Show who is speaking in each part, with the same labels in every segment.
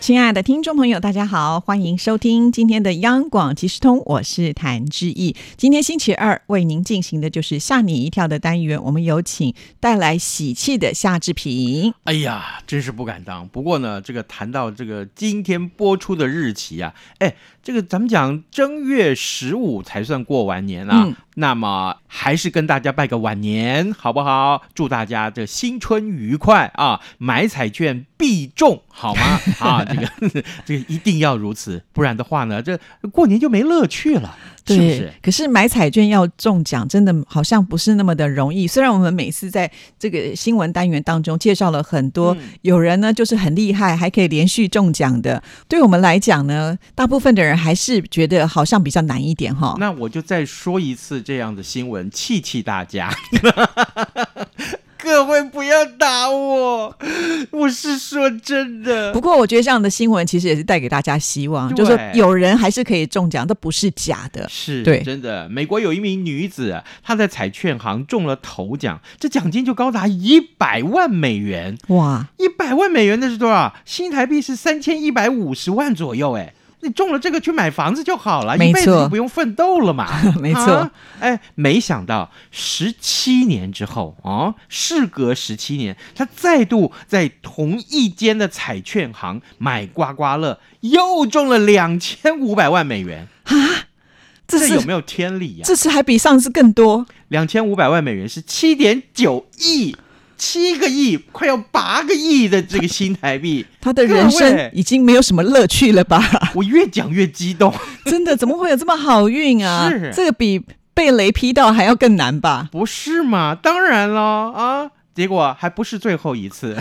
Speaker 1: 亲爱的听众朋友，大家好，欢迎收听今天的央广即时通，我是谭志毅。今天星期二，为您进行的就是吓你一跳的单元，我们有请带来喜气的夏志平。
Speaker 2: 哎呀，真是不敢当。不过呢，这个谈到这个今天播出的日期啊，哎，这个咱们讲正月十五才算过完年啊。
Speaker 1: 嗯
Speaker 2: 那么还是跟大家拜个晚年，好不好？祝大家这新春愉快啊！买彩券必中，好吗？啊，这个这个一定要如此，不然的话呢，这过年就没乐趣了，是不是？
Speaker 1: 可是买彩券要中奖，真的好像不是那么的容易。虽然我们每次在这个新闻单元当中介绍了很多，有人呢就是很厉害，还可以连续中奖的。对我们来讲呢，大部分的人还是觉得好像比较难一点哈。
Speaker 2: 那我就再说一次这样的新闻，气气大家。 各位不要打我，我是说真的
Speaker 1: 不。过我觉得这样的新闻其实也是带给大家希望，
Speaker 2: 对
Speaker 1: 就是说有人还是可以中奖，这不是假的。
Speaker 2: 是，
Speaker 1: 对
Speaker 2: 真的。美国有一名女子，她在彩券行中了头奖，这奖金就高达一百万美元。
Speaker 1: 哇，
Speaker 2: 一百万美元那是多少？新台币是三千一百五十万左右。哎，你中了这个去买房子就好了，
Speaker 1: 没
Speaker 2: 一辈子
Speaker 1: 错
Speaker 2: 就不用奋斗了嘛。
Speaker 1: 没错
Speaker 2: 啊哎，没想到十七年之后哦，事隔十七年，他再度在同一间的彩券行买刮刮乐，又中了两千五百万美元。
Speaker 1: 这
Speaker 2: 有
Speaker 1: 次
Speaker 2: 没有天理呀、
Speaker 1: 这次还比上次更多，
Speaker 2: 两千五百万美元是七点九亿，七个亿，快要八个亿的这个新台币。
Speaker 1: 他的
Speaker 2: 各
Speaker 1: 人生
Speaker 2: 位
Speaker 1: 已经没有什么乐趣了吧？
Speaker 2: 我越讲越激动，
Speaker 1: 真的，怎么会有这么好运啊？
Speaker 2: 是
Speaker 1: 这个比被雷劈到还要更难吧？
Speaker 2: 不是嘛？当然了啊，结果还不是最后一次，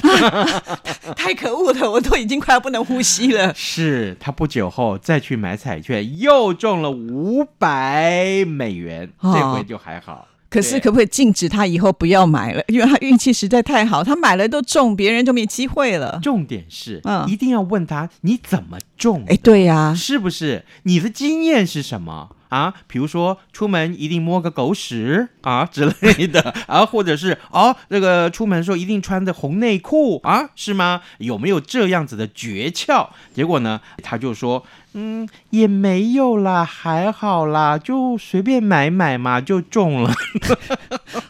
Speaker 1: 太可恶了，我都已经快要不能呼吸 了。
Speaker 2: 是他不久后再去买彩券，又中了五百美元，
Speaker 1: 哦
Speaker 2: 这回就还好。
Speaker 1: 可是
Speaker 2: 对
Speaker 1: 可不可以禁止他以后不要买了？因为他运气实在太好，他买了都中，别人就没机会了。
Speaker 2: 重点是，
Speaker 1: 嗯
Speaker 2: 一定要问他你怎么中啊的
Speaker 1: 哎，对呀、
Speaker 2: 是不是？你的经验是什么啊？比如说出门一定摸个狗屎啊之 类的啊，或者是哦，那个出门说一定穿着红内裤啊，是吗？有没有这样子的诀窍？结果呢，他就说，嗯，也没有啦，还好啦，就随便买买嘛，就中了。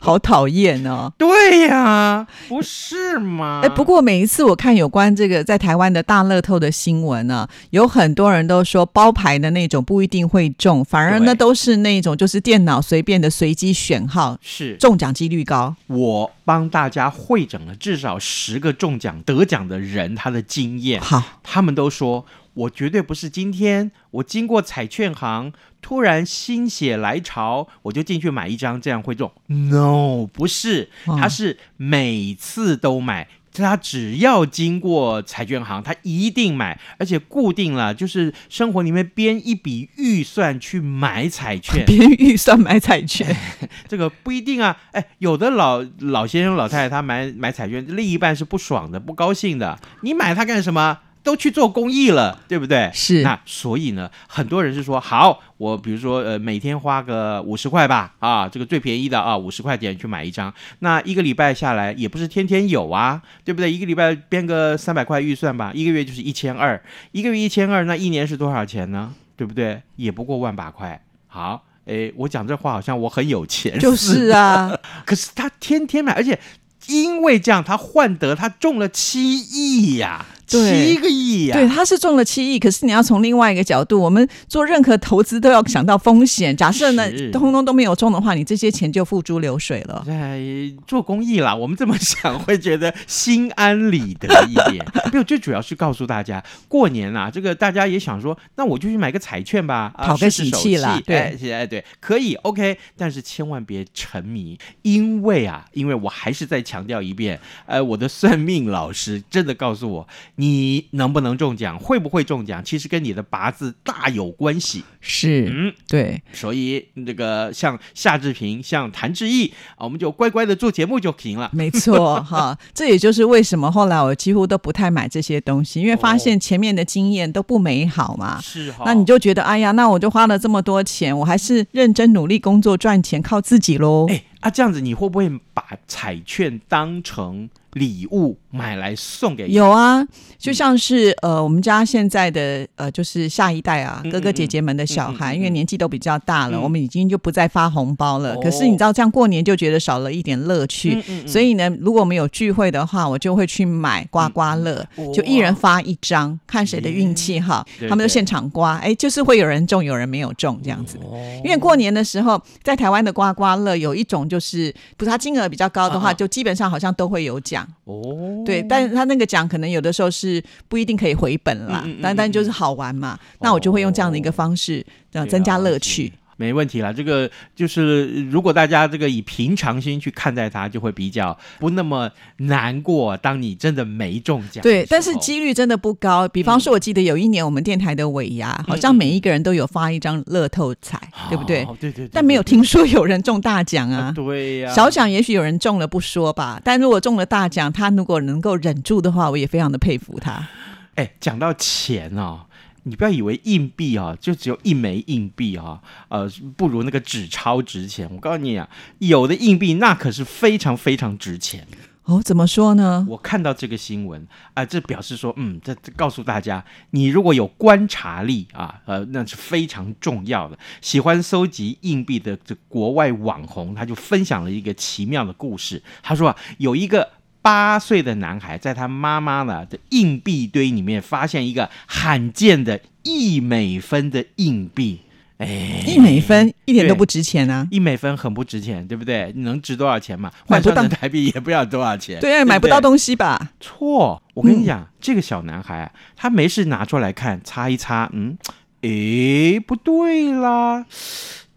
Speaker 1: 好讨厌哦。
Speaker 2: 对呀、不是吗？
Speaker 1: 哎，不过每一次我看有关这个在台湾的大乐透的新闻呢、有很多人都说包牌的那种不一定会中，反而呢
Speaker 2: 对
Speaker 1: 都是那种就是电脑随便的随机选号，
Speaker 2: 是
Speaker 1: 中奖几率高。
Speaker 2: 我帮大家会诊了至少十个中奖得奖的人，他的经验。
Speaker 1: 好，
Speaker 2: 他们都说我绝对不是今天我经过彩券行，突然心血来潮，我就进去买一张，这样会中。No，不是，
Speaker 1: 哦
Speaker 2: 他是每次都买。他只要经过彩券行，他一定买，而且固定了，就是生活里面编一笔预算去买彩券。
Speaker 1: 别人预算买彩券，
Speaker 2: 哎这个不一定啊，哎，有的老老先生、老太太他买买彩券，另一半是不爽的、不高兴的，你买它干什么？都去做公益了，对不对？
Speaker 1: 是
Speaker 2: 那所以呢，很多人是说，好，我比如说呃，每天花个五十块吧，啊，这个最便宜的啊，五十块钱去买一张，那一个礼拜下来也不是天天有啊，对不对？一个礼拜编个三百块预算吧，一个月就是一千二，一个月一千二，那一年是多少钱呢？对不对？也不过万把块。好，诶，我讲这话好像我很有 钱，
Speaker 1: 就是啊，
Speaker 2: 可是他天天买，而且因为这样，他换得他中了七亿呀、
Speaker 1: 对
Speaker 2: 七个亿呀、
Speaker 1: 对，他是中了七亿，可是你要从另外一个角度，我们做任何投资都要想到风险。假设呢
Speaker 2: 是，
Speaker 1: 通通都没有中的话，你这些钱就付诸流水了。
Speaker 2: 哎，做公益啦，我们这么想会觉得心安理得一点。 没有，最主要是告诉大家，过年啦、这个大家也想说，那我就去买个彩券吧，啊、
Speaker 1: 讨个
Speaker 2: 试试
Speaker 1: 喜
Speaker 2: 手
Speaker 1: 气啦对
Speaker 2: 哎，是哎，对，可以，OK，但是千万别沉迷，因为啊，因为我还是再强调一遍，呃，我的算命老师真的告诉我，你能不能中奖，会不会中奖，其实跟你的八字大有关系。
Speaker 1: 是，
Speaker 2: 嗯，
Speaker 1: 对，
Speaker 2: 所以这个像夏志平、像谭志毅啊，我们就乖乖的做节目就行了。
Speaker 1: 没错哈。这也就是为什么后来我几乎都不太买这些东西，因为发现前面的经验都不美好嘛。
Speaker 2: 是哈
Speaker 1: 那你就觉得，哎呀，那我就花了这么多钱，我还是认真努力工作赚钱，靠自己喽。
Speaker 2: 哎啊，这样子你会不会把彩券当成礼物买来送给？
Speaker 1: 有啊，就像是呃，我们家现在的呃，就是下一代啊，
Speaker 2: 嗯
Speaker 1: 哥哥姐姐们的小
Speaker 2: 嗯嗯
Speaker 1: 孩，
Speaker 2: 嗯
Speaker 1: 因为年纪都比较大了，
Speaker 2: 嗯
Speaker 1: 我们已经就不再发红包了。
Speaker 2: 哦
Speaker 1: 可是你知道，这样过年就觉得少了一点乐趣。
Speaker 2: 嗯嗯嗯
Speaker 1: 所以呢，如果我们有聚会的话，我就会去买刮刮乐，
Speaker 2: 嗯
Speaker 1: 就一人发一张，看谁的运气好。
Speaker 2: 对
Speaker 1: 他们就
Speaker 2: 对哦
Speaker 1: 现场刮，哎，就是会有人中，有人没有中这样子。因为过年的时候，在台湾的刮刮乐有一种就是，不是它金额比较高的
Speaker 2: 啊
Speaker 1: 话，
Speaker 2: 啊
Speaker 1: 就基本上好像都会有奖。
Speaker 2: 哦，
Speaker 1: 对，但是他那个奖可能有的时候是不一定可以回本啦，
Speaker 2: 嗯嗯嗯嗯哦
Speaker 1: 但但就是好玩嘛。那我就会用这样的一个方式，
Speaker 2: 啊
Speaker 1: 呃，增加乐趣。
Speaker 2: 没问题啦，这个就是如果大家这个以平常心去看待它，就会比较不那么难过。当你真的没中奖的时候，
Speaker 1: 对，但是几率真的不高。比方说，我记得有一年我们电台的尾
Speaker 2: 嗯
Speaker 1: 牙，好像每一个人都有发一张乐透彩，对不对？
Speaker 2: 哦对对对，
Speaker 1: 但没有
Speaker 2: 对
Speaker 1: 听说有人中大奖
Speaker 2: 对
Speaker 1: 啊。
Speaker 2: 对呀、
Speaker 1: 小奖也许有人中了不说吧，但如果中了大奖，他如果能够忍住的话，我也非常的佩服他。
Speaker 2: 哎，讲到钱哦，你不要以为硬币啊、就只有一枚硬币啊、呃，不如那个纸钞值钱。我告诉你啊，有的硬币那可是非常非常值钱。
Speaker 1: 哦，怎么说呢？
Speaker 2: 我看到这个新闻啊、这表示说，嗯，这这告诉大家，你如果有观察力啊，呃，那是非常重要的。喜欢搜集硬币的这国外网红，他就分享了一个奇妙的故事。他说啊，有一个。八岁的男孩在他妈妈呢的硬币堆里面发现一个罕见的一美分的硬币，哎，
Speaker 1: 一美分一点
Speaker 2: 对
Speaker 1: 都不值钱啊！
Speaker 2: 一美分很不值钱，对不对？能值多少钱嘛？
Speaker 1: 买
Speaker 2: 换
Speaker 1: 不
Speaker 2: 算
Speaker 1: 到
Speaker 2: 成台币也不要多少钱，
Speaker 1: 对啊，
Speaker 2: 不
Speaker 1: 买不到东西吧？
Speaker 2: 错，我跟你讲，这个小男孩啊，他没事拿出来看，擦一擦，嗯，诶，不对啦，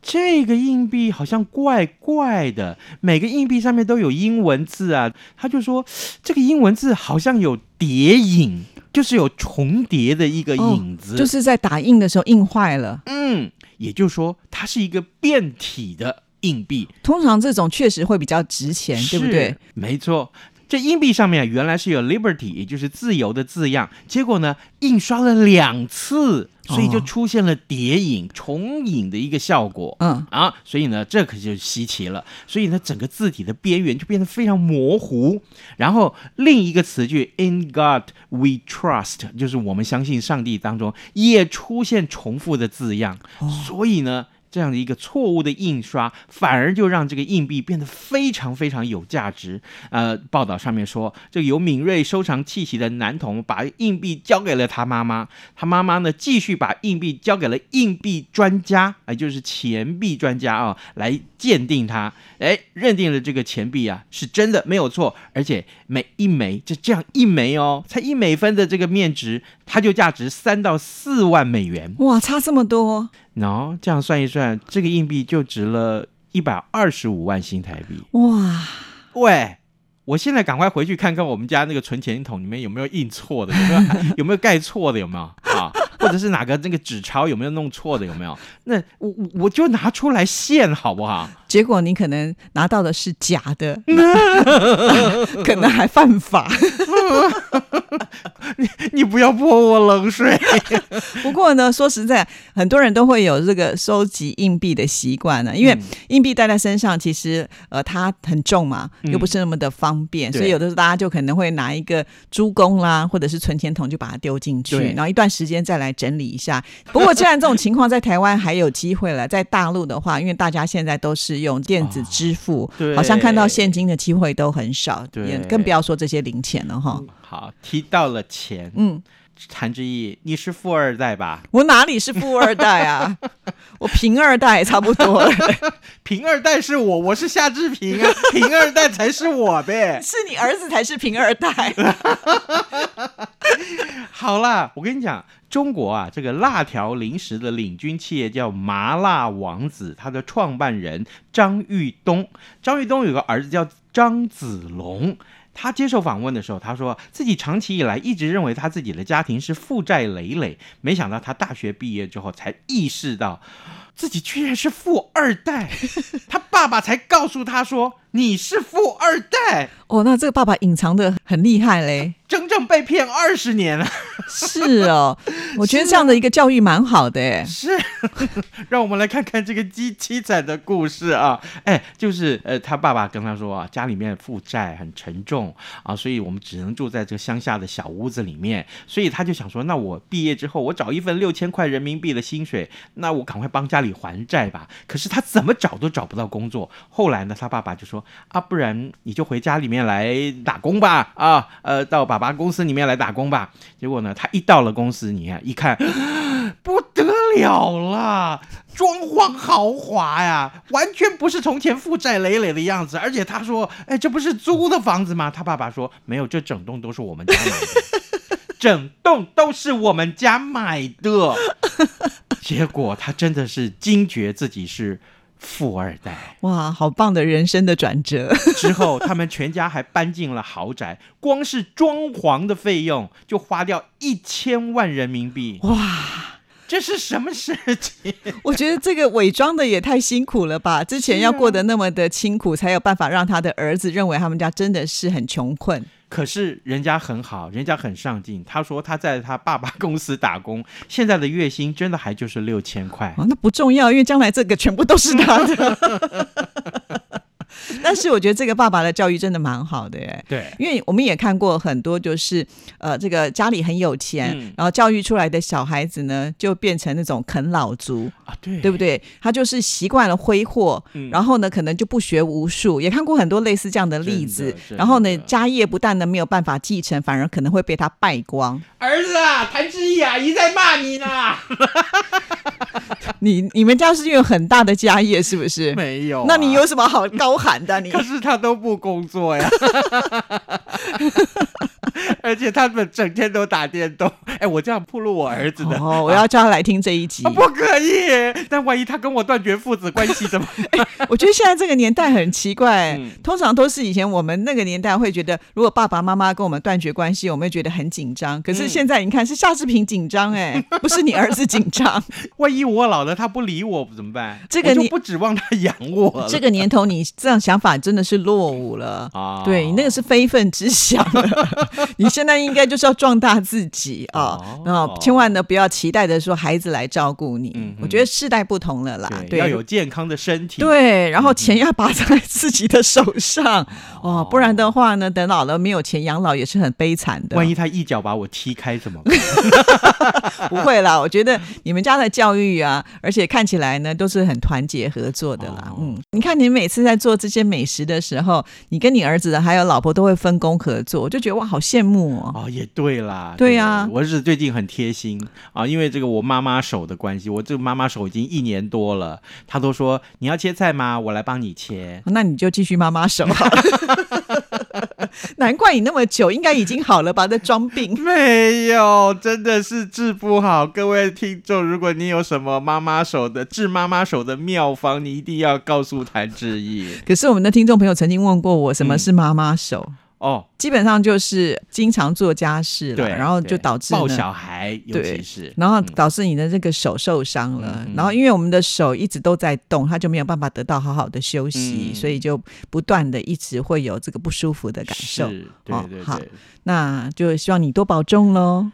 Speaker 2: 这个硬币好像怪怪的，每个硬币上面都有英文字啊，他就说这个英文字好像有叠影，就是有重叠的一个
Speaker 1: 哦
Speaker 2: 影子，
Speaker 1: 就是在打印的时候印坏了。
Speaker 2: 嗯，也就是说它是一个变体的硬币，
Speaker 1: 通常这种确实会比较值钱，对不对
Speaker 2: 是？？没错。这硬币上面啊原来是有 liberty，也就是自由的字样，结果呢，印刷了两次，所以就
Speaker 1: 哦
Speaker 2: 出现了叠影、重影的一个效果。
Speaker 1: 嗯，
Speaker 2: 啊，所以呢，这可就稀奇了。所以呢，整个字体的边缘就变得非常模糊。然后另一个词句 “In God We Trust”，就是我们相信上帝当中也出现重复的字样。所以呢，这样的一个错误的印刷，反而就让这个硬币变得非常非常有价值。呃，报道上面说，这个有敏锐收藏气息的男童把硬币交给了他妈妈，他妈妈呢继续把硬币交给了硬币专家，哎，就是钱币专家啊、来鉴定它。哎，认定了这个钱币啊是真的没有错，而且每一枚就这样一枚哦，才一美分的这个面值，它就价值三到四万美元。
Speaker 1: 哇，差这么多，
Speaker 2: 然后这样算一算，这个硬币就值了一百二十五万新台币。
Speaker 1: 哇！
Speaker 2: 喂，我现在赶快回去看看我们家那个存钱筒里面有没有印错的，有没有有没有盖错的，有没有啊？或者是哪个那个纸钞有没有弄错的，有没有？那我我我就拿出来现好不好？
Speaker 1: 结果你可能拿到的是假的， 可能还犯法。
Speaker 2: 你不要泼我冷水。
Speaker 1: 不过呢，说实在，很多人都会有这个收集硬币的习惯呢，因为
Speaker 2: 嗯
Speaker 1: 硬币带在身上，其实呃它很重嘛，
Speaker 2: 嗯
Speaker 1: 又不是那么的方便，
Speaker 2: 对
Speaker 1: 所以有的时候大家就可能会拿一个猪公啦，或者是存钱筒就把它丢进去
Speaker 2: 对，
Speaker 1: 然后一段时间再来整理一下。不过既然这种情况在台湾还有机会了，在 大陆的话，因为大家现在都是用电子支付，
Speaker 2: 哦对
Speaker 1: 好像看到现金的机会都很少，
Speaker 2: 对
Speaker 1: 也更不要说这些零钱了哈。
Speaker 2: 好，提到了钱，
Speaker 1: 嗯，
Speaker 2: 谭志毅，你是富二代吧？
Speaker 1: 我哪里是富二代 啊？我贫二代也差不多了。
Speaker 2: 贫二代是我，我是夏志平啊，贫二代才是我呗。
Speaker 1: 是你儿子才是贫二代。
Speaker 2: 好啦，我跟你讲，中国啊，这个辣条零食的领军企业叫麻辣王子，它的创办人张玉东，张玉东有个儿子叫张子龙。他接受访问的时候，他说自己长期以来一直认为他自己的家庭是负债累累，没想到他大学毕业之后才意识到，自己居然是富二代。 他爸爸才告诉他说：“你是富二代。
Speaker 1: 哦，那这个爸爸隐藏的很厉害嘞。”
Speaker 2: 整整被骗二十年了，
Speaker 1: 是哦，我觉得这样的一个教育蛮好的哎。
Speaker 2: 是， 让我们来看看这个凄凄惨的故事啊！哎，就是呃，他爸爸跟他说啊，家里面负债很沉重啊，所以我们只能住在这个乡下的小屋子里面。所以他就想说，那我毕业之后，我找一份六千块人民币的薪水，那我赶快帮家里还债吧。可是他怎么找都找不到工作。后来呢，他爸爸就说啊，不然你就回家里面来打工吧，啊，呃，到爸爸公司里面来打工吧。结果呢，他一到了公司，你看一看。不得了啦！装潢豪华呀，完全不是从前负债累累的样子。而且他说：“哎，这不是租的房子吗？”他爸爸说：“没有，这整栋都是我们家买的，整栋都是我们家买的。”结果他真的是惊觉自己是富二代。
Speaker 1: 哇，好棒的人生的转折！
Speaker 2: 之后，他们全家还搬进了豪宅，光是装潢的费用就花掉一千万人民币。
Speaker 1: 哇，
Speaker 2: 这是什么事情？
Speaker 1: 我觉得这个伪装的也太辛苦了吧！之前要过得那么的清苦，才有办法让他的儿子认为他们家真的是很穷困。
Speaker 2: 可是人家很好，人家很上进。他说他在他爸爸公司打工，现在的月薪真的还就是六千块。
Speaker 1: 哦，那不重要，因为将来这个全部都是他的。 但是我觉得这个爸爸的教育真的蛮好的欸耶，
Speaker 2: 对，
Speaker 1: 因为我们也看过很多，就是呃，这个家里很有钱，
Speaker 2: 嗯
Speaker 1: 然后教育出来的小孩子呢，就变成那种啃老族，
Speaker 2: 啊，对，
Speaker 1: 对不对？他就是习惯了挥霍，
Speaker 2: 嗯
Speaker 1: 然后呢，可能就不学无术。也看过很多类似这样的例
Speaker 2: 真
Speaker 1: 子
Speaker 2: 的真。的
Speaker 1: 然后呢，家业不但呢没有办法继承，反而可能会被他败光。
Speaker 2: 儿子啊，谭志毅阿姨在骂你呢。
Speaker 1: 你你们家是有很大的家业，是不是？
Speaker 2: 没有、啊
Speaker 1: 那你？有啊什么好高喊 的？你
Speaker 2: 可是他都不工 作呀，而且他们整天都打电动。哎，我这样暴露我儿子的。
Speaker 1: 哦，我要叫他来听这一集
Speaker 2: 啊。不可以！但万一他跟我断绝父子关系怎么办？
Speaker 1: 我觉得现在这个年代很奇怪，
Speaker 2: 嗯
Speaker 1: 通常都是以前我们那个年代会觉得，如果爸爸妈妈跟我们断绝关系，我们会觉得很紧张。可是
Speaker 2: 嗯
Speaker 1: 现在你看，是夏志平紧 张、哎，不是你儿子紧张。
Speaker 2: 万一我老了他不理我怎么办？
Speaker 1: 这个
Speaker 2: 我就
Speaker 1: 你
Speaker 2: 不指望他养 我了。
Speaker 1: 这个年头，你这样想法真的是落伍了。
Speaker 2: 啊，
Speaker 1: 对你那个是非分之想了， 你现在应该就是要壮大自己啊，
Speaker 2: 哦
Speaker 1: 然后千万呢不要期待着说孩子来照顾你。
Speaker 2: 嗯哼
Speaker 1: 我觉得世代不同了啦，对，
Speaker 2: 要有健康的身体。
Speaker 1: 对，然后钱要把在自己的手上、
Speaker 2: 嗯
Speaker 1: 哦，不然的话呢，等老了没有钱养老也是很悲惨的。
Speaker 2: 万一他一脚把我踢开怎么办？
Speaker 1: 不会啦，我觉得你们家的教育啊，而且看起来呢都是很团结合作的啦。
Speaker 2: 哦
Speaker 1: 嗯，你看你每次在做这些美食的时候，你跟你儿子还有老婆都会分工合作，我就觉得哇，好羡慕哦。
Speaker 2: 哦，也对啦，
Speaker 1: 对呀
Speaker 2: 我儿子最近很贴心啊，因为这个我妈妈手的关系，我这个妈妈手已经一年多了，她都说你要切菜吗？我来帮你切。
Speaker 1: 那你就继续妈妈手好了。难怪你那么久，应该已经好了吧？在装病。
Speaker 2: 没有，真的是治不好。各位听众，如果你有什么妈妈手的治妈妈手的妙方，你一定要告诉谭志毅
Speaker 1: 可是我们的听众朋友曾经问过我，
Speaker 2: 嗯
Speaker 1: 什么是妈妈手？
Speaker 2: 哦。
Speaker 1: 基本上就是经常做家事了，
Speaker 2: 对，
Speaker 1: 然后就
Speaker 2: 对
Speaker 1: 导致
Speaker 2: 抱
Speaker 1: 呢
Speaker 2: 小孩，尤
Speaker 1: 对
Speaker 2: 其是
Speaker 1: 然后导致你的这个手受伤了，
Speaker 2: 嗯嗯
Speaker 1: 然后因为我们的手一直都在动，它就没有办法得到好好的休息，
Speaker 2: 嗯
Speaker 1: 所以就不断的一直会有这个不舒服的感受。
Speaker 2: 是对
Speaker 1: 哦
Speaker 2: 对
Speaker 1: 好
Speaker 2: 对。
Speaker 1: 那就希望你多保重喽。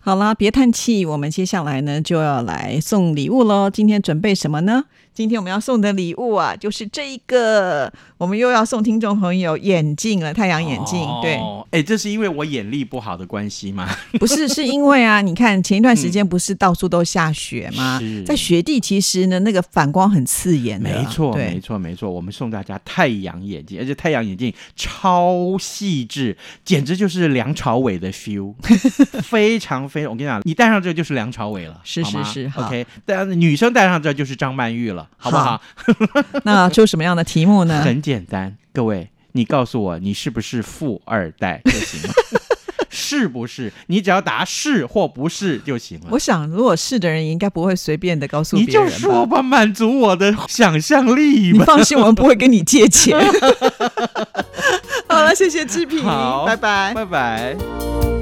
Speaker 1: 好啦，别叹气，我们接下来呢就要来送礼物喽。今天准备什么呢？今天我们要送的礼物啊，就是这一个，我们又要送听众朋友眼镜了，太阳眼镜。对，
Speaker 2: 哦，哎、这是因为我眼力不好的关 系吗？
Speaker 1: 不是，是因为啊，你看前一段时间不是到处都下雪吗？
Speaker 2: 是
Speaker 1: 在雪地其实呢，那个反光很刺眼的啊，
Speaker 2: 没错，没
Speaker 1: 对，
Speaker 2: 错，没错。我们送大家太阳眼镜，而且太阳眼镜超细致，简直就是梁朝伟的 feel，非常非常。我跟你讲，你戴上这个就是梁朝伟了，
Speaker 1: 是
Speaker 2: 好吗
Speaker 1: 是是好
Speaker 2: OK，但女生戴上这就是张曼 玉了，好不好？
Speaker 1: 那出什么样的题目呢？
Speaker 2: 很简单，各位，你告诉我你是不是富二代就行 了。是不是？你只要答是或不是就行了。
Speaker 1: 我想，如果是的人，也应该不会随便的告诉
Speaker 2: 你
Speaker 1: 别人
Speaker 2: 就
Speaker 1: 吧。
Speaker 2: 说吧，满足我的想象力
Speaker 1: 你
Speaker 2: 吧。
Speaker 1: 放心，我们不会跟你借钱。好了，谢谢志平，
Speaker 2: 好
Speaker 1: 拜拜。
Speaker 2: 拜拜。